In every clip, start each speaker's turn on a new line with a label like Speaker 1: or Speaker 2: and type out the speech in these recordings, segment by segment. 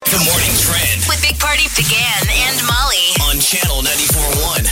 Speaker 1: The morning trend
Speaker 2: with Big Party began and Molly.
Speaker 1: on channel 941.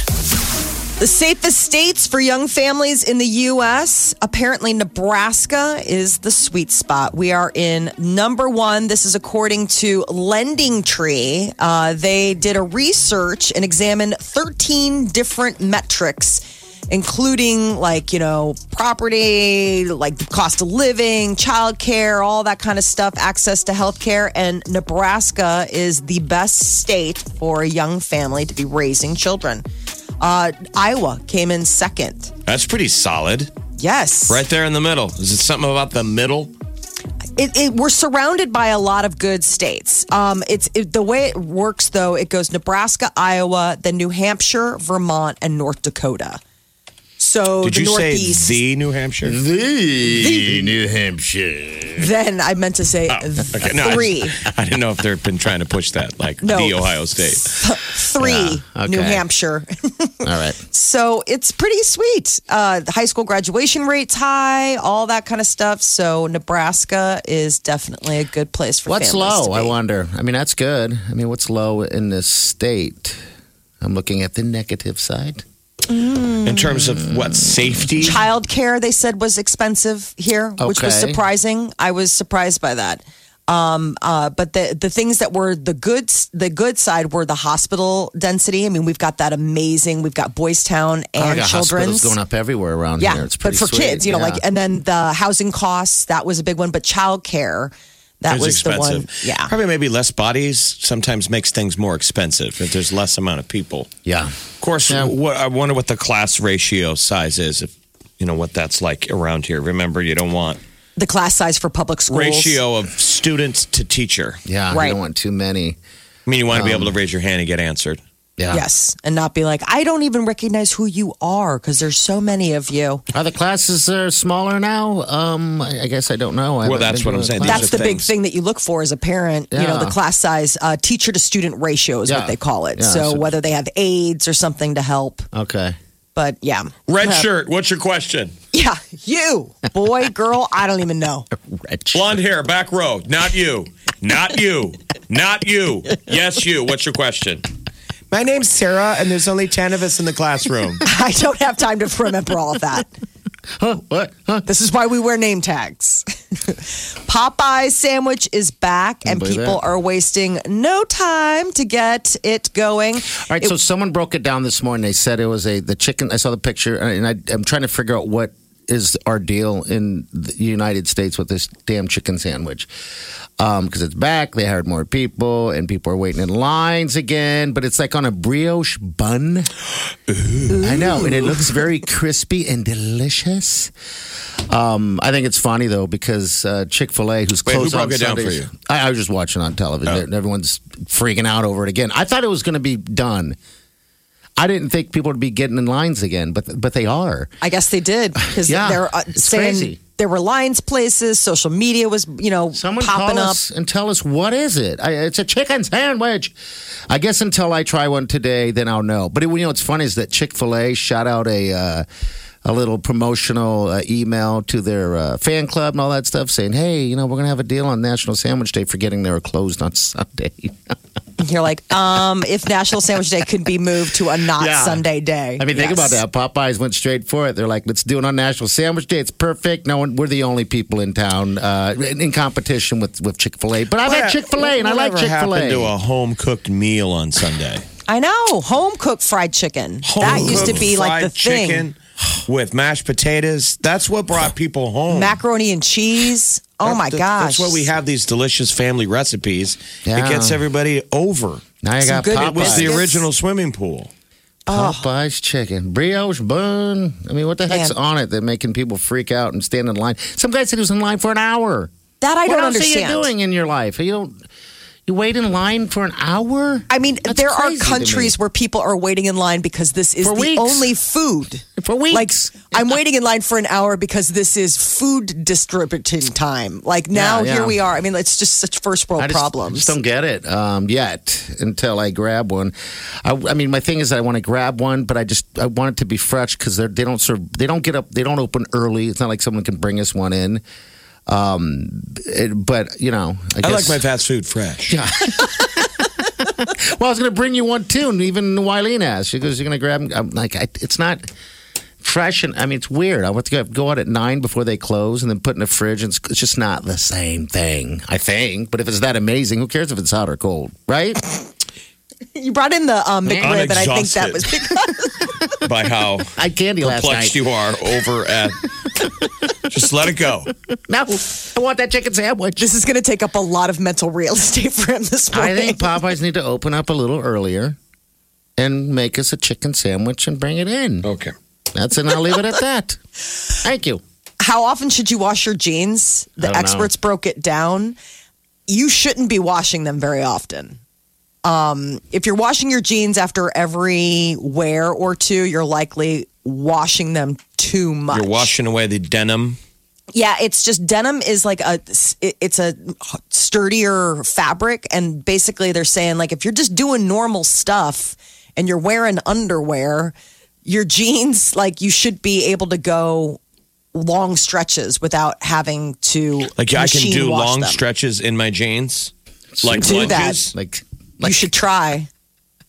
Speaker 3: The safest states for young families in the U.S. Apparently, Nebraska is the sweet spot. We are in number one. This is according to Lending Tree. Uh, they did a research and examined 13 different metrics including like you know property like the cost of living childcare all that kind of stuff access to health care and nebraska is the best state for a young family to be raising children uh, iowa came in second
Speaker 4: That's pretty solid.
Speaker 3: yes
Speaker 4: Right there in the middle. Is it something about the middle?
Speaker 3: it, it, we're surrounded by a lot of good states. Um, it's it, the way it works, though. It goes Nebraska, Iowa, then New Hampshire, Vermont, and North Dakota. So
Speaker 4: Did
Speaker 3: the
Speaker 4: you say
Speaker 3: Northeast.
Speaker 4: the New Hampshire?
Speaker 5: The, New Hampshire.
Speaker 3: then I meant to say th-
Speaker 4: Oh, Okay, no, I-
Speaker 3: three.
Speaker 4: I, didn't know if they've been trying to push that, like
Speaker 3: No.
Speaker 4: the Ohio State.
Speaker 3: three
Speaker 5: Yeah, okay.
Speaker 3: New Hampshire.
Speaker 5: All right.
Speaker 3: so it's pretty sweet. Uh, the high school graduation rates high, all that kind of stuff. So Nebraska is definitely a good place for
Speaker 5: What's
Speaker 3: families
Speaker 5: low?
Speaker 3: to
Speaker 5: I
Speaker 3: be.
Speaker 5: wonder. I mean, that's good. I mean, what's low in this state? I'm looking at the negative side.
Speaker 4: In terms of what safety?
Speaker 3: Childcare, they said, was expensive here, which was
Speaker 5: Okay.
Speaker 3: surprising. I was surprised by that. Um, uh, but the the things that were the good the good side were the hospital density. I mean, we've got that amazing. We've got Boys Town
Speaker 5: Oh, I
Speaker 3: and
Speaker 5: got
Speaker 3: Children's
Speaker 5: hospitals going up everywhere around
Speaker 3: Yeah,
Speaker 5: here. It's
Speaker 3: but
Speaker 5: pretty
Speaker 3: for
Speaker 5: sweet.
Speaker 3: kids, you know,
Speaker 5: Yeah.
Speaker 3: like, and then the housing costs that was a big one, but childcare that
Speaker 4: It's
Speaker 3: was the
Speaker 4: expensive.
Speaker 3: one. Yeah,
Speaker 4: Probably maybe less bodies sometimes makes things more expensive if there's less amount of people.
Speaker 5: yeah.
Speaker 4: Of course,
Speaker 5: Yeah.
Speaker 4: what, I wonder what the class ratio size is, if you know what that's like around here. Remember, you don't want
Speaker 3: the class size for public schools
Speaker 4: ratio of students to teacher.
Speaker 5: Yeah.
Speaker 3: Right.
Speaker 5: You don't want too many.
Speaker 4: I mean, you want to
Speaker 3: Um.
Speaker 4: be able to raise your hand and get answered.
Speaker 5: Yeah.
Speaker 3: Yes, and not be like I don't even recognize who you are because there's so many of you.
Speaker 5: Are the classes uh, smaller now? Um, I I guess I don't know. I
Speaker 4: Well,
Speaker 5: haven't
Speaker 4: that's
Speaker 5: been
Speaker 4: what I'm
Speaker 5: to a
Speaker 4: saying.
Speaker 5: class.
Speaker 3: That's
Speaker 4: These are
Speaker 3: the big
Speaker 4: things.
Speaker 3: thing that you look for as a parent. You know,
Speaker 5: Yeah.
Speaker 3: the class size, uh, teacher to student ratio is what
Speaker 5: Yeah.
Speaker 3: they call it.
Speaker 5: Yeah,
Speaker 3: so
Speaker 5: so-
Speaker 3: whether they have aides or something to help,
Speaker 5: Okay.
Speaker 3: but yeah,
Speaker 4: Red shirt. What's your question?
Speaker 3: yeah, you boy, girl, I don't even know.
Speaker 5: Rich.
Speaker 4: Blonde hair, back row. Not you. Not you. Not you. Yes, you. What's your question? My name's Sarah, and there's only 10 of us in the classroom.
Speaker 3: I don't have time to remember all of that.
Speaker 5: Huh, what? Huh?
Speaker 3: This is why we wear name tags. Popeye's sandwich is back, and
Speaker 5: believe
Speaker 3: people
Speaker 5: that.
Speaker 3: are wasting no time to get it going.
Speaker 5: All right, so someone broke it down this morning. They said it was a the chicken. I saw the picture, and I, I'm trying to figure out what is our deal in the United States with this damn chicken sandwich because Um, it's back. They hired more people, and people are waiting in lines again. But it's like on a brioche bun. I know, and it looks very crispy and delicious. Um, I think it's funny though because uh, Chick Fil A, who's
Speaker 4: Wait, who
Speaker 5: closed on
Speaker 4: broke it down for
Speaker 5: Sundays-
Speaker 4: you? Oh.
Speaker 5: I, I was just watching on television. Everyone's freaking out over it again. I thought it was going to be done. I didn't think people would be getting in lines again, but but they are.
Speaker 3: I guess they did because
Speaker 5: Yeah,
Speaker 3: they're uh,
Speaker 5: it's
Speaker 3: saying
Speaker 5: crazy.
Speaker 3: there were lines places. Social media was, you know,
Speaker 5: Someone
Speaker 3: popping
Speaker 5: call
Speaker 3: up.
Speaker 5: us and tell us what is it. I, it's a chicken sandwich. I guess until I try one today, then I'll know. But it, you know what's funny is that Chick Fil A shot out a uh, a little promotional uh, email to their uh, fan club and all that stuff, saying, "Hey, you know, we're gonna have a deal on National Sandwich Day, forgetting they were closed on Sunday."
Speaker 3: You're like, um, if National Sandwich Day could be moved to a not
Speaker 5: Yeah.
Speaker 3: Sunday day.
Speaker 5: I mean, think about
Speaker 3: Yes.
Speaker 5: that. Popeyes went straight for it. They're like, "Let's do it on National Sandwich Day. It's perfect. No one, we're the only people in town uh, in, in competition with with Chick Fil A." But I've had Chick Fil A and I like Chick Fil
Speaker 4: happened to uh,
Speaker 5: A.
Speaker 4: a home cooked meal on Sunday?
Speaker 3: I know home cooked fried chicken. that used to
Speaker 4: Home-cooked
Speaker 3: be like the
Speaker 4: fried
Speaker 3: thing.
Speaker 4: Chicken with mashed potatoes. That's what brought people home.
Speaker 3: Macaroni and cheese. Oh
Speaker 4: That-
Speaker 3: my
Speaker 4: that-
Speaker 3: gosh!
Speaker 4: That's why we have these delicious family recipes. It
Speaker 5: Yeah.
Speaker 4: gets everybody over.
Speaker 5: Now you
Speaker 3: Some
Speaker 5: got
Speaker 3: good
Speaker 4: It was the
Speaker 3: biscuits.
Speaker 5: Popeyes,
Speaker 4: original swimming pool.
Speaker 5: Popeyes chicken, brioche bun. I mean, what the heck's
Speaker 3: Man.
Speaker 5: on it that making people freak out and stand in line? Some guy said he was in line for an hour.
Speaker 3: That I
Speaker 5: what
Speaker 3: don't
Speaker 5: else
Speaker 3: understand.
Speaker 5: are you doing in your life? You don't. You wait in line for an hour?
Speaker 3: I mean,
Speaker 5: That's
Speaker 3: there are
Speaker 5: crazy to me.
Speaker 3: countries where people are waiting in line because this is
Speaker 5: For
Speaker 3: the
Speaker 5: weeks.
Speaker 3: only food.
Speaker 5: For weeks.
Speaker 3: Like, I'm waiting in line for an hour because this is food distributing time. Like, now
Speaker 5: Yeah,
Speaker 3: here
Speaker 5: yeah.
Speaker 3: we are. I mean, it's just such first world
Speaker 5: I just,
Speaker 3: problems.
Speaker 5: just don't get it um, yet until I grab one. I, I mean, my thing is that I want to grab one, but I just I want it to be fresh because they don't serve, they don't get up, they don't open early. It's not like someone can bring us one in. Um, it- but you know, I,
Speaker 4: I like
Speaker 5: guess.
Speaker 4: my fast food fresh.
Speaker 5: Yeah. well, I was going to bring you one too, and even Wileen asked. She goes, "You're going to grab?" 'em?" I'm like, I, "It's not fresh, and I mean, it's weird. I want to go, go out at nine before they close, and then put in the fridge, and it's, it's just not the same thing. I think, but if it's that amazing, who cares if it's hot or cold, right?
Speaker 3: you brought in the um, McRib, and I think that was.
Speaker 4: By how
Speaker 5: I had candy last
Speaker 4: perplexed
Speaker 5: night.
Speaker 4: you are over at. Just let it go.
Speaker 5: No, I want that chicken sandwich.
Speaker 3: This is going to take up a lot of mental real estate for him this
Speaker 5: I
Speaker 3: morning.
Speaker 5: think Popeyes need to open up a little earlier and make us a chicken sandwich and bring it in.
Speaker 4: Okay.
Speaker 5: That's it. and I'll leave it at that. Thank you.
Speaker 3: how often should you wash your jeans? The
Speaker 5: I don't know.
Speaker 3: experts broke it down. You shouldn't be washing them very often. Um, if you're washing your jeans after every wear or two, you're likely washing them too much.
Speaker 4: You're washing away the denim.
Speaker 3: Yeah, it's just denim is like a it's a sturdier fabric, and basically they're saying like if you're just doing normal stuff and you're wearing underwear, your jeans like you should be able to go long stretches without having to
Speaker 4: Like I can
Speaker 3: machine
Speaker 4: do
Speaker 3: wash
Speaker 4: long
Speaker 3: them.
Speaker 4: stretches in my jeans, like
Speaker 3: Do that.
Speaker 4: lunges.
Speaker 5: Like,
Speaker 3: you
Speaker 5: like
Speaker 3: should try.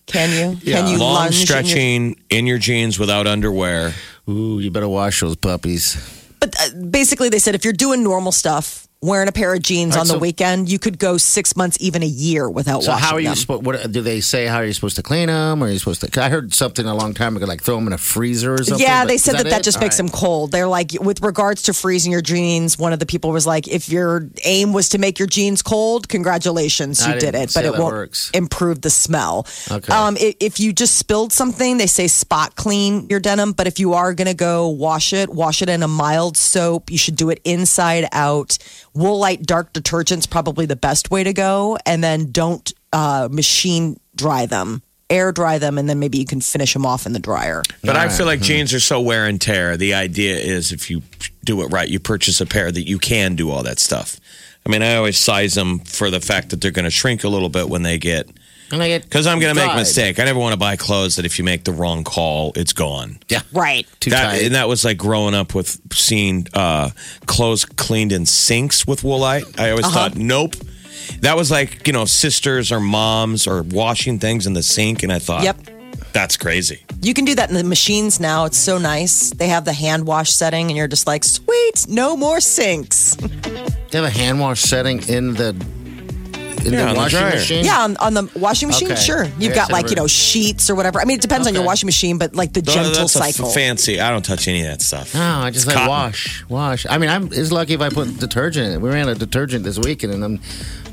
Speaker 3: Can you? Can
Speaker 5: Yeah.
Speaker 3: you
Speaker 4: Long
Speaker 3: lunge in your-
Speaker 4: stretching in your jeans without underwear.
Speaker 5: Ooh, you better wash those puppies.
Speaker 3: but uh, basically they said if you're doing normal stuff. Wearing a pair of jeans
Speaker 5: All
Speaker 3: on
Speaker 5: right,
Speaker 3: the
Speaker 5: so-
Speaker 3: weekend, you could go six months, even a year without
Speaker 5: So
Speaker 3: washing
Speaker 5: how are you
Speaker 3: them.
Speaker 5: supposed? What do they say? How are you supposed to clean them? Are you supposed to? 'cause I heard something a long time ago, like throw them in a freezer or something.
Speaker 3: Yeah,
Speaker 5: but
Speaker 3: they
Speaker 5: is
Speaker 3: said that that,
Speaker 5: it?
Speaker 3: just
Speaker 5: All
Speaker 3: makes them
Speaker 5: right.
Speaker 3: cold. They're like, with regards to freezing your jeans, one of the people was like, if your aim was to make your jeans cold, congratulations, you
Speaker 5: I
Speaker 3: did
Speaker 5: didn't
Speaker 3: it, but
Speaker 5: see
Speaker 3: it
Speaker 5: how that
Speaker 3: won't
Speaker 5: works.
Speaker 3: improve the smell.
Speaker 5: Okay.
Speaker 3: Um, i- if you just spilled something, they say spot clean your denim, but if you are going to go wash it, wash it in a mild soap. You should do it inside out. Woolite dark detergent's probably the best way to go, and then don't uh, machine dry them. Air dry them, and then maybe you can finish them off in the dryer.
Speaker 4: But I feel like
Speaker 3: Mm-hmm.
Speaker 4: jeans are so wear and tear. The idea is if you do it right, you purchase a pair that you can do all that stuff. I mean, I always size them for the fact that they're going to shrink a little bit when they get.
Speaker 5: And I get-
Speaker 4: Because I'm going to make a
Speaker 5: Died.
Speaker 4: mistake. I never want to buy clothes that if you make the wrong call, it's gone.
Speaker 5: Yeah,
Speaker 3: Right.
Speaker 5: Too
Speaker 4: That,
Speaker 5: tight.
Speaker 4: and that was like growing up with seeing uh, clothes cleaned in sinks with woolite. I
Speaker 3: Uh-huh.
Speaker 4: always thought, nope. That was like, you know, sisters or moms or washing things in the sink. And I thought,
Speaker 3: Yep.
Speaker 4: that's crazy.
Speaker 3: You can do that in the machines now. It's so nice. They have the hand wash setting, and you're just like, sweet, no more sinks.
Speaker 5: Mm. they have a hand wash setting in the in
Speaker 4: Yeah, on
Speaker 5: the
Speaker 4: the
Speaker 5: washing
Speaker 4: dryer.
Speaker 5: machine.
Speaker 3: Yeah, on, on the washing machine,
Speaker 5: Okay.
Speaker 3: sure. You've
Speaker 5: I
Speaker 3: got
Speaker 5: guess
Speaker 3: like, you know,
Speaker 5: never-
Speaker 3: sheets or whatever. I mean, it depends on your
Speaker 5: Okay.
Speaker 3: washing machine, but like the
Speaker 4: Th-
Speaker 3: gentle
Speaker 4: that's a f-
Speaker 3: cycle.
Speaker 4: fancy. I don't touch any of that stuff.
Speaker 5: No, Oh, I just
Speaker 4: It's
Speaker 5: like
Speaker 4: cotton.
Speaker 5: wash, wash. I mean, I'm it's lucky if I put detergent. in it. We ran out of detergent this weekend, and I'm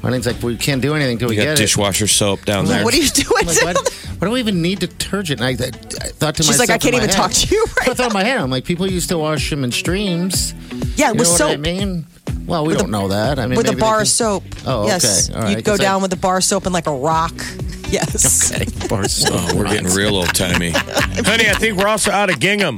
Speaker 5: Marlene's like, we can't do anything till we
Speaker 4: You got
Speaker 5: get it.
Speaker 4: dishwasher soap down there.
Speaker 3: what are you
Speaker 5: I'm
Speaker 3: doing?
Speaker 5: like, what, why do we even need detergent? And I, I, I thought to
Speaker 3: She's like,
Speaker 5: myself,
Speaker 3: I
Speaker 5: in
Speaker 3: can't
Speaker 5: my
Speaker 3: even
Speaker 5: head-
Speaker 3: talk to you
Speaker 5: I
Speaker 3: right
Speaker 5: thought in my head, I'm like, people used to wash them in streams.
Speaker 3: yeah,
Speaker 5: You
Speaker 3: with
Speaker 5: know
Speaker 3: soap.
Speaker 5: what I mean? Well, we don't know that. I mean,
Speaker 3: With a
Speaker 5: maybe they
Speaker 3: bar
Speaker 5: can-
Speaker 3: of soap.
Speaker 5: Oh, okay.
Speaker 3: Yes.
Speaker 5: All right,
Speaker 3: You'd go
Speaker 5: 'cause I-
Speaker 3: down with a bar of soap and like a rock. Yes.
Speaker 5: Okay, bar of soap.
Speaker 4: Oh, we're getting real old timey. Honey, I think we're also out of gingham.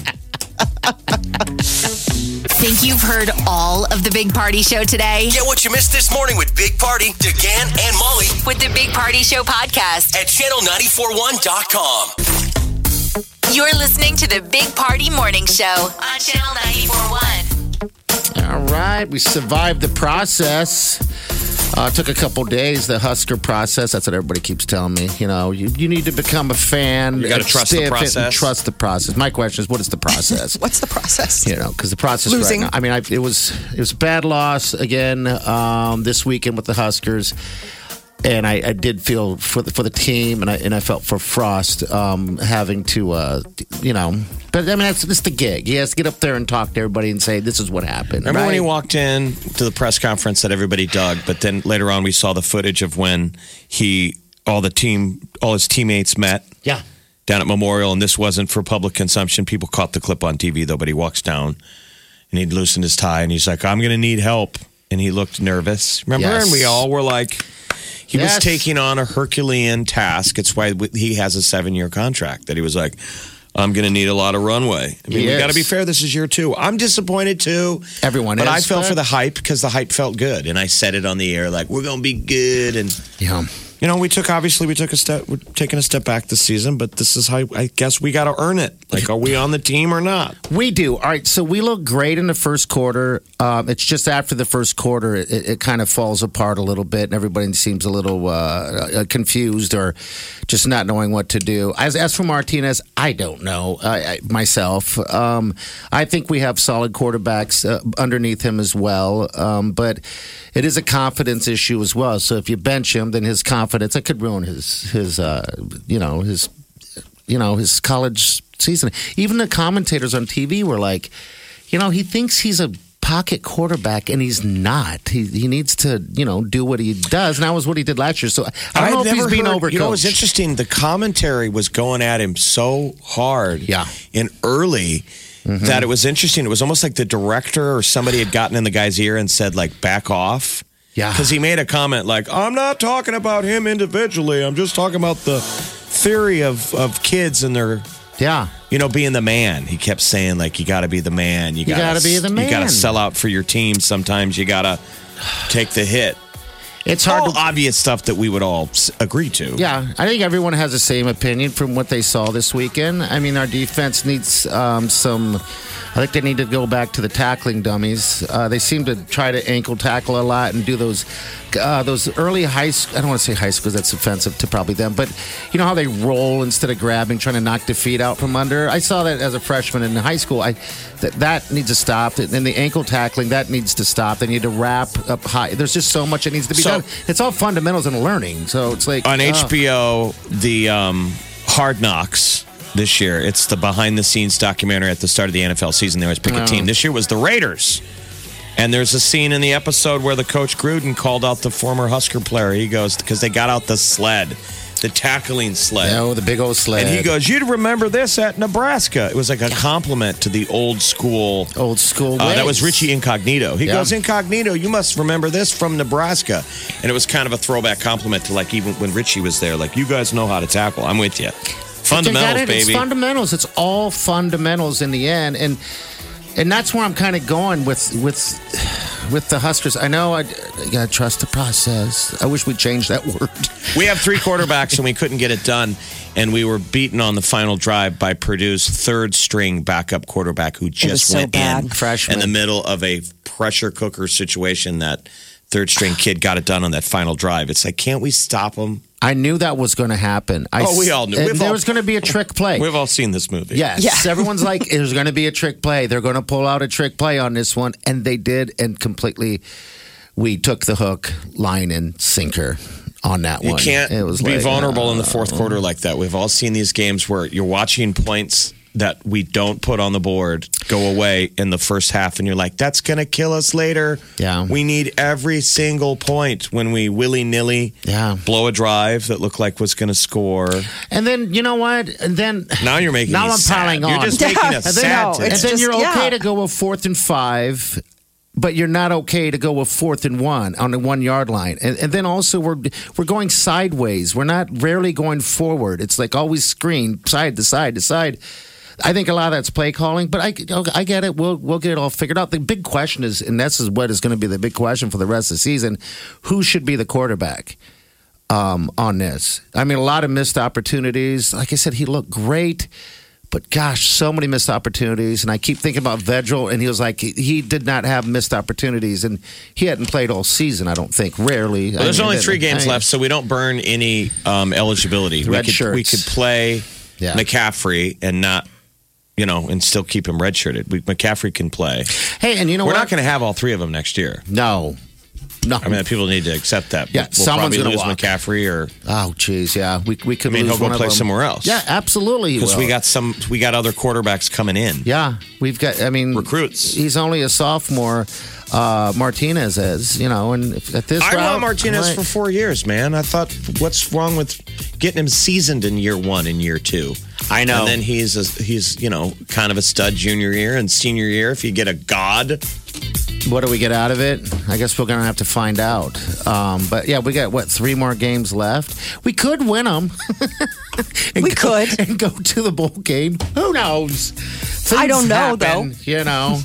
Speaker 2: Think you've heard all of the Big Party Show today?
Speaker 1: Get what you missed this morning with Big Party, DeGan, and Molly
Speaker 2: With the Big Party Show podcast,
Speaker 1: at channel941.com.
Speaker 2: you're listening to the Big Party Morning Show on Channel 941.
Speaker 5: All right, we survived the process. Uh, it took a couple days, the Husker process. That's what everybody keeps telling me. You know, you, you need to become a fan.
Speaker 4: You gotta
Speaker 5: uh,
Speaker 4: trust
Speaker 5: stay
Speaker 4: the
Speaker 5: a fit and
Speaker 4: process.
Speaker 5: Trust the process. My question is, what is the process?
Speaker 3: What's the process?
Speaker 5: you know, because the process
Speaker 3: Losing.
Speaker 5: Right now, I mean, I, it was it was a bad loss again um, this weekend with the Huskers, and I, I did feel for the, for the team, and I and I felt for Frost um, having to, uh, you know, but I mean, that's just the gig. He has to get up there and talk to everybody and say, "This is what happened."
Speaker 4: Remember when he
Speaker 5: right?
Speaker 4: walked in to the press conference that everybody dug, but then later on we saw the footage of when he, all the team, all his teammates met
Speaker 5: Yeah.
Speaker 4: down at Memorial, and this wasn't for public consumption. People caught the clip on TV though, but he walks down and he'd loosened his tie and he's like, I'm going to need help. And he looked nervous. Remember?
Speaker 5: Yes.
Speaker 4: And we all were like, He
Speaker 5: Yes.
Speaker 4: was taking on a Herculean task. It's why w- he has a seven year contract that he was like, I'm going to need a lot of runway. I mean,
Speaker 5: He
Speaker 4: we got to
Speaker 5: is.
Speaker 4: be fair. This is year two. I'm disappointed too.
Speaker 5: Everyone
Speaker 4: But
Speaker 5: is,
Speaker 4: I fell
Speaker 5: but-
Speaker 4: for the hype because the hype felt good. And I said it on the air like, we're going to be good. And,
Speaker 5: Yeah.
Speaker 4: you know, we took, obviously, we took a step, we're taking a step back this season, but this is how I guess we got to earn it. Like, are we on the team or not?
Speaker 5: We do. All right. So we look great in the first quarter. Um, it's just after the first quarter, it, it kind of falls apart a little bit, and everybody seems a little uh, uh, confused or just not knowing what to do. As, as for Martinez, I don't know I, I, myself. Um, I think we have solid quarterbacks uh, underneath him as well, um, but it is a confidence issue as well. So if you bench him, then his confidence it could ruin his his uh, you know his you know his college season. Even the commentators on TV were like, you know, he thinks he's a pocket quarterback and he's not. He he needs to you know do what he does, and that was what he did last year. So I don't know if he's being overcoached.
Speaker 4: You know, what's interesting. The commentary was going at him so hard,
Speaker 5: Yeah. Mm-hmm.
Speaker 4: and early that it was interesting. It was almost like the director or somebody had gotten in the guy's ear and said, like, back off.
Speaker 5: Yeah.
Speaker 4: because he made a comment like, "I'm not talking about him individually. I'm just talking about the theory of of kids and their."
Speaker 5: yeah.
Speaker 4: You know, being the man, he kept saying like, "You got to be the man. You got
Speaker 5: gotta be the
Speaker 4: You got to
Speaker 5: man."
Speaker 4: sell out for your team. Sometimes you got to take the hit."
Speaker 5: It's hard
Speaker 4: All
Speaker 5: to
Speaker 4: obvious stuff that we would all s- agree to.
Speaker 5: Yeah, I think everyone has the same opinion from what they saw this weekend. I mean, our defense needs um, some. I think they need to go back to the tackling dummies. Uh, they seem to try to ankle tackle a lot and do those uh, those early high. sc- I don't want to say high school 'cause that's offensive to probably them, but you know how they roll instead of grabbing, trying to knock the feet out from under. I saw that as a freshman in high school. I that that needs to stop. And the ankle tackling that needs to stop. They need to wrap up high. There's just so much that needs to be
Speaker 4: So-
Speaker 5: done. It's all fundamentals and learning. So it's like
Speaker 4: on
Speaker 5: uh,
Speaker 4: HBO, the um, Hard Knocks this year. It's the behind the scenes documentary at the start of the NFL season. They always pick a team. This year was the Raiders. And there's a scene in the episode where the coach Gruden called out the former Husker player. He goes, because they got out the sled, the tackling sled.
Speaker 5: No, the big old sled.
Speaker 4: And he goes, You'd remember this at Nebraska. It was like a compliment to the old school.
Speaker 5: old school.
Speaker 4: Uh, that
Speaker 5: ways.
Speaker 4: was Richie Incognito. He
Speaker 5: Yeah.
Speaker 4: goes, Incognito, you must remember this from Nebraska. And it was kind of a throwback compliment to like even when Richie was there, like, you guys know how to tackle. I'm with you.
Speaker 5: They got
Speaker 4: Fundamentals,
Speaker 5: it. It's
Speaker 4: baby.
Speaker 5: fundamentals. It's all fundamentals in the end, and and that's where I'm kind of going with with with the Huskers. I know I, I gotta trust the process. I wish we changed that word.
Speaker 4: we have three quarterbacks and we couldn't get it done. And we were beaten on the final drive by Purdue's third string backup quarterback who just
Speaker 3: was so
Speaker 4: went in
Speaker 3: bad.
Speaker 5: Freshman.
Speaker 4: in the middle of a pressure cooker situation that third string kid got it done on that final drive. It's like, can't we stop him?
Speaker 5: I knew that was going to happen. I,
Speaker 4: Oh, we all knew.
Speaker 5: and
Speaker 4: We've
Speaker 5: there
Speaker 4: all-
Speaker 5: was going to be a trick play.
Speaker 4: We've all seen this movie.
Speaker 5: Yes.
Speaker 3: Yeah.
Speaker 5: Everyone's like, there's going to be a trick play. They're going to pull out a trick play on this one. And they did. And completely, we took the hook, line, and sinker on that
Speaker 4: You
Speaker 5: one.
Speaker 4: can't
Speaker 5: It was
Speaker 4: be
Speaker 5: like,
Speaker 4: vulnerable in the
Speaker 5: uh,
Speaker 4: fourth quarter like that. We've all seen these games where you're watching points that we don't put on the board go away in the first half, and you're like, that's going to kill us later.
Speaker 5: Yeah.
Speaker 4: We need every single point when we willy nilly
Speaker 5: Yeah.
Speaker 4: blow a drive that looked like was going to score.
Speaker 5: And then, you know what? And then.
Speaker 4: Now you're making
Speaker 5: Now
Speaker 4: me
Speaker 5: I'm
Speaker 4: sad.
Speaker 5: piling
Speaker 4: You're
Speaker 5: on.
Speaker 4: just making us
Speaker 3: I think-
Speaker 4: sad.
Speaker 3: No,
Speaker 4: today.
Speaker 5: and
Speaker 3: It's
Speaker 5: then
Speaker 3: just-
Speaker 5: you're okay
Speaker 3: yeah.
Speaker 5: to go with fourth and five, but you're not okay to go with fourth and one on the one yard line. And, and then also we're we're going sideways. We're not rarely going forward. It's like always screen side to side to side. I think a lot of that's play calling, but I, I get it. We'll we'll get it all figured out. The big question is, and this is what is going to be the big question for the rest of the season: Who should be the quarterback? um, on this. I mean, a lot of missed opportunities. Like I said, he looked great, but gosh, so many missed opportunities. And I keep thinking about Vedral, and he was like, he- he did not have missed opportunities, and he hadn't played all season. I don't think. Rarely.
Speaker 4: Well, there's
Speaker 5: I
Speaker 4: only
Speaker 5: mean, that-
Speaker 4: three games
Speaker 5: I-
Speaker 4: left, so we don't burn any um, eligibility.
Speaker 5: Red
Speaker 4: we could
Speaker 5: shirts.
Speaker 4: we could play
Speaker 5: Yeah.
Speaker 4: McCaffrey and not, you know, and still keep him redshirted. We, McCaffrey can play.
Speaker 5: Hey, and you know
Speaker 4: We're
Speaker 5: what?
Speaker 4: not going to have all three of them next year.
Speaker 5: No. No.
Speaker 4: I mean, people need to accept that.
Speaker 5: Yeah,
Speaker 4: we'll
Speaker 5: someone's
Speaker 4: probably
Speaker 5: gonna
Speaker 4: lose
Speaker 5: walk.
Speaker 4: McCaffrey, or
Speaker 5: oh, jeez. Yeah, we we could.
Speaker 4: I mean,
Speaker 5: lose
Speaker 4: he'll go
Speaker 5: one of
Speaker 4: play
Speaker 5: them.
Speaker 4: somewhere else.
Speaker 5: Yeah, absolutely. he
Speaker 4: because we
Speaker 5: will.
Speaker 4: got some, we got other quarterbacks coming in.
Speaker 5: Yeah, we've got. I mean,
Speaker 4: Recruits.
Speaker 5: He's only a sophomore. Uh, Martinez is, you know, and if- at this
Speaker 4: I
Speaker 5: route,
Speaker 4: want Martinez
Speaker 5: I'm
Speaker 4: for
Speaker 5: like-
Speaker 4: four years, man. I thought, what's wrong with getting him seasoned in year one and year two?
Speaker 5: I know.
Speaker 4: And then he's a, he's you know kind of a stud junior year and senior year. If you get a god
Speaker 5: What do we get out of it? I guess we're going to have to find out. Um, but yeah, we got what three more games left. We could win them.
Speaker 3: We could.
Speaker 5: and go to the bowl game. Who knows?
Speaker 3: I don't
Speaker 5: Things
Speaker 3: know,
Speaker 5: happen, You know,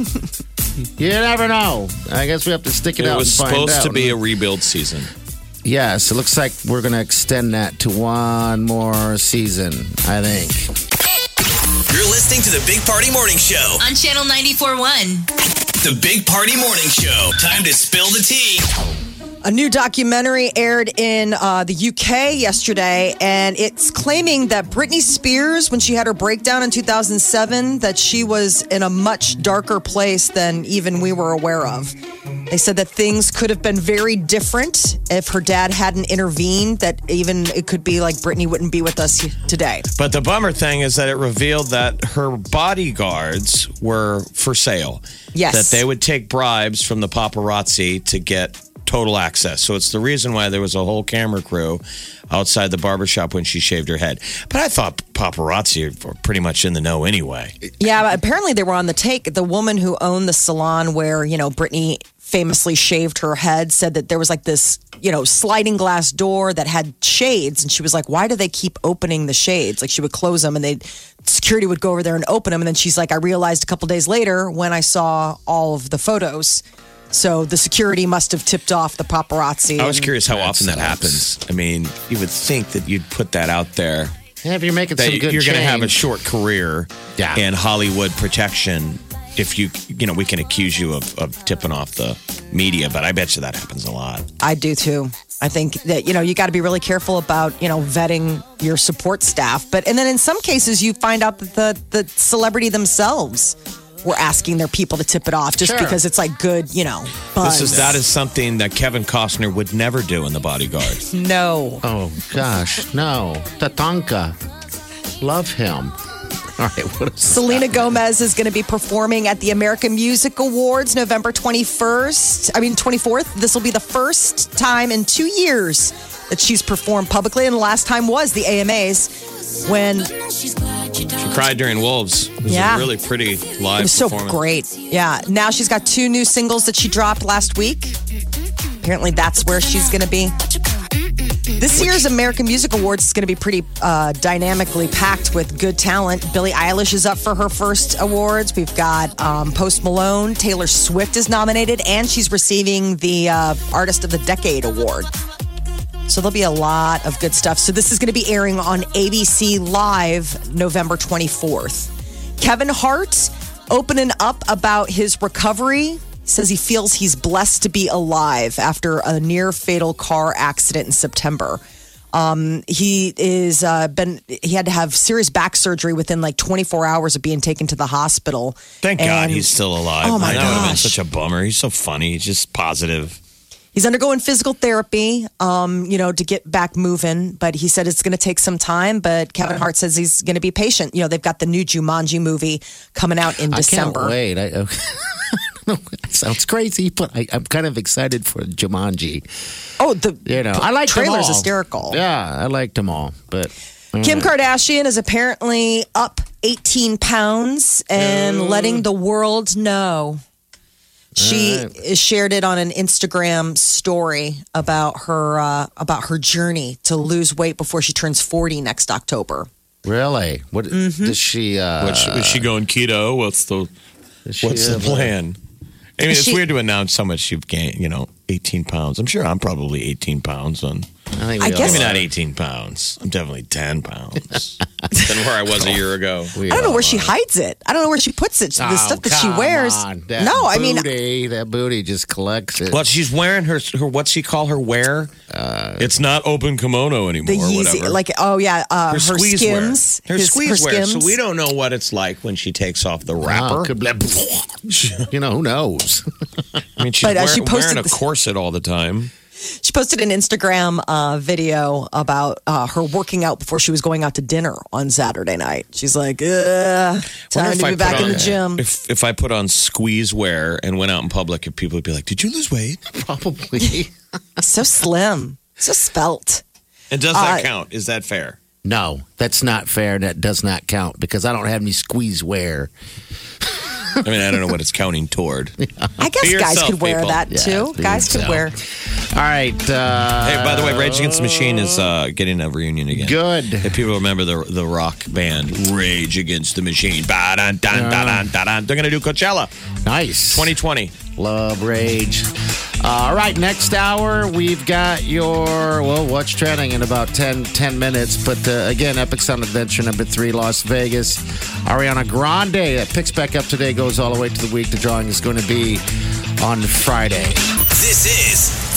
Speaker 5: you never know. I guess we have to stick it,
Speaker 4: It
Speaker 5: out.
Speaker 4: was
Speaker 5: and find
Speaker 4: supposed to
Speaker 5: out.
Speaker 4: be a rebuild season.
Speaker 5: Yes, it looks like we're going to extend that to one more season. I think.
Speaker 1: You're listening to the Big Party Morning Show.
Speaker 2: On Channel 94.1.
Speaker 1: The Big Party Morning Show. Time to spill the tea.
Speaker 3: A new documentary aired in uh, the UK yesterday, and it's claiming that Britney Spears, when she had her breakdown in 2007, that she was in a much darker place than even we were aware of. They said that things could have been very different if her dad hadn't intervened. That even it could be like Britney wouldn't be with us today.
Speaker 4: But the bummer thing is that it revealed that her bodyguards were for sale.
Speaker 3: Yes.
Speaker 4: That they would take bribes from the paparazzi to get total access. So it's the reason why there was a whole camera crew outside the barbershop when she shaved her head. But I thought paparazzi were pretty much in the know anyway.
Speaker 3: Yeah, but apparently they were on the take. The woman who owned the salon where, you know, Britney famously shaved her head said that there was like this, you know, sliding glass door that had shades. And she was like, why do they keep opening the shades? Like she would close them and they security would go over there and open them. And then she's like, I realized a couple days later when I saw all of the photos. So the security must have tipped off the paparazzi.
Speaker 4: I was
Speaker 3: and-
Speaker 4: curious how often that
Speaker 5: sucks.
Speaker 4: happens. I mean, you would think that you'd put that out there.
Speaker 5: Yeah, if you're making
Speaker 4: that
Speaker 5: some good
Speaker 4: you're going to have a
Speaker 5: change.
Speaker 4: short career
Speaker 5: Yeah.
Speaker 4: in Hollywood protection if you you know we can accuse you of, of tipping off the media but I bet you that happens a lot.
Speaker 3: I do too. I think that you know you got to be really careful about you know vetting your support staff, but and then in some cases you find out that the the celebrity themselves were asking their people to tip it off just
Speaker 5: Sure.
Speaker 3: because it's like good you know. Buzz.
Speaker 4: This is that is something that Kevin Costner would never do in The Bodyguard.
Speaker 3: no.
Speaker 5: Oh gosh, no, Tatanka, love him. All right, what is
Speaker 3: Selena Gomez is going to be performing at the American Music Awards November 21st. I mean, 24th. This will be the first time in two years that she's performed publicly, and the last time was the AMAs when
Speaker 4: She cried during Wolves. It was
Speaker 3: Yeah.
Speaker 4: a really pretty live
Speaker 3: It was so
Speaker 4: performance.
Speaker 3: great. Yeah. Now she's got two new singles that she dropped last week. Apparently, that's where she's going to be. This year's American Music Awards is going to be pretty uh, dynamically packed with good talent. Billie Eilish is up for her first awards. We've got um, Post Malone. Taylor Swift is nominated, and she's receiving the uh, Artist of the Decade award. So there'll be a lot of good stuff. So this is going to be airing on ABC Live November 24th. Kevin Hart opening up about his recovery says he feels he's blessed to be alive after a near fatal car accident in September. Um, he is uh, been he had to have serious back surgery within like 24 hours of being taken to the hospital.
Speaker 4: Thank God
Speaker 3: And-
Speaker 4: he's still alive.
Speaker 3: Oh my
Speaker 4: that would have been
Speaker 3: gosh.
Speaker 4: such a bummer. He's so funny. He's just positive.
Speaker 3: He's undergoing physical therapy, um, you know, to get back moving. But he said it's going to take some time. But Kevin Hart says he's going to be patient. You know, they've got the new Jumanji movie coming out in
Speaker 5: I
Speaker 3: December.
Speaker 5: can't wait. I, I don't know. It sounds crazy, but I, I'm kind of excited for Jumanji.
Speaker 3: Oh, the
Speaker 5: You know, I like them
Speaker 3: trailer's
Speaker 5: all.
Speaker 3: hysterical.
Speaker 5: Yeah, I liked them all, but
Speaker 3: Kim Kardashian is apparently up 18 pounds and letting the world know. She shared it on an Instagram story about her uh, about her journey to lose weight before she turns 40 next October.
Speaker 5: really, what
Speaker 3: Mm-hmm.
Speaker 5: does she? Uh,
Speaker 4: Which is she going keto? What's the
Speaker 5: does she
Speaker 4: What's the
Speaker 5: have- uh,
Speaker 4: plan? I mean, it's
Speaker 3: She-
Speaker 4: weird to announce how much you've gained, you know, 18 pounds. I'm sure I'm probably 18 pounds on.
Speaker 5: I, think we
Speaker 3: I
Speaker 5: all
Speaker 3: guess-
Speaker 4: Maybe
Speaker 5: are.
Speaker 4: not 18 pounds. I'm definitely 10 pounds than where I was a year ago.
Speaker 5: We
Speaker 3: I don't know
Speaker 5: all
Speaker 3: where
Speaker 5: are.
Speaker 3: she hides it. I don't know where she puts it. The
Speaker 5: Oh,
Speaker 3: stuff that she
Speaker 5: come
Speaker 3: wears.
Speaker 5: on, that
Speaker 3: no, I mean,
Speaker 5: booty, that booty just collects it.
Speaker 4: Well, she's wearing her, her what's she call her wear? it's not open kimono anymore.
Speaker 3: the
Speaker 4: or
Speaker 3: Yeezy.
Speaker 4: whatever.
Speaker 3: Like, oh yeah, uh, her,
Speaker 4: squeeze wear.
Speaker 3: skims.
Speaker 4: Her
Speaker 3: his-
Speaker 4: squeeze wear. So
Speaker 3: skims.
Speaker 4: we don't know what it's like when she takes off the
Speaker 5: Wow,
Speaker 4: wrapper.
Speaker 5: Ah, could be- you know who knows?
Speaker 4: I mean, she's
Speaker 3: But, uh,
Speaker 4: wearing,
Speaker 3: she posted
Speaker 4: wearing a
Speaker 3: this-
Speaker 4: corset all the time.
Speaker 3: She posted an Instagram uh, video about uh, her working out before she was going out to dinner on Saturday night. She's like, Ugh,
Speaker 4: Wonder
Speaker 3: time
Speaker 4: if
Speaker 3: to
Speaker 4: I
Speaker 3: be
Speaker 4: put
Speaker 3: back in
Speaker 4: on-
Speaker 3: the gym.
Speaker 4: If, if I put on squeeze wear and went out in public, people would be like, Did you lose weight?
Speaker 5: Probably
Speaker 3: so slim, so spelt.
Speaker 4: And does that
Speaker 3: Uh,
Speaker 4: count? Is that fair?
Speaker 5: no. That's not fair. That does not count because I don't have any squeeze wear.
Speaker 4: I mean, I don't know what it's counting toward.
Speaker 3: I guess
Speaker 4: Be
Speaker 3: guys
Speaker 4: yourself,
Speaker 3: could wear
Speaker 4: people.
Speaker 3: that
Speaker 5: Yeah,
Speaker 3: too.
Speaker 5: be
Speaker 3: Guys could
Speaker 5: yourself.
Speaker 3: wear.
Speaker 5: All right. Uh,
Speaker 4: Hey, by the way, Rage Against the Machine is uh, getting a reunion again.
Speaker 5: Good.
Speaker 4: If people remember the the rock band Rage Against the Machine, Ba-dun, dun, da-dun, da-dun. they're going to do Coachella
Speaker 5: nice.
Speaker 4: 2020.
Speaker 5: Love Rage. all right, next hour we've got your well, what's trending in about 10, 10 minutes. But uh, again, Epic Sound Adventure number three, Las Vegas. Ariana Grande that picks back up today, goes all the way to the week. The drawing is going to be on Friday.
Speaker 1: This is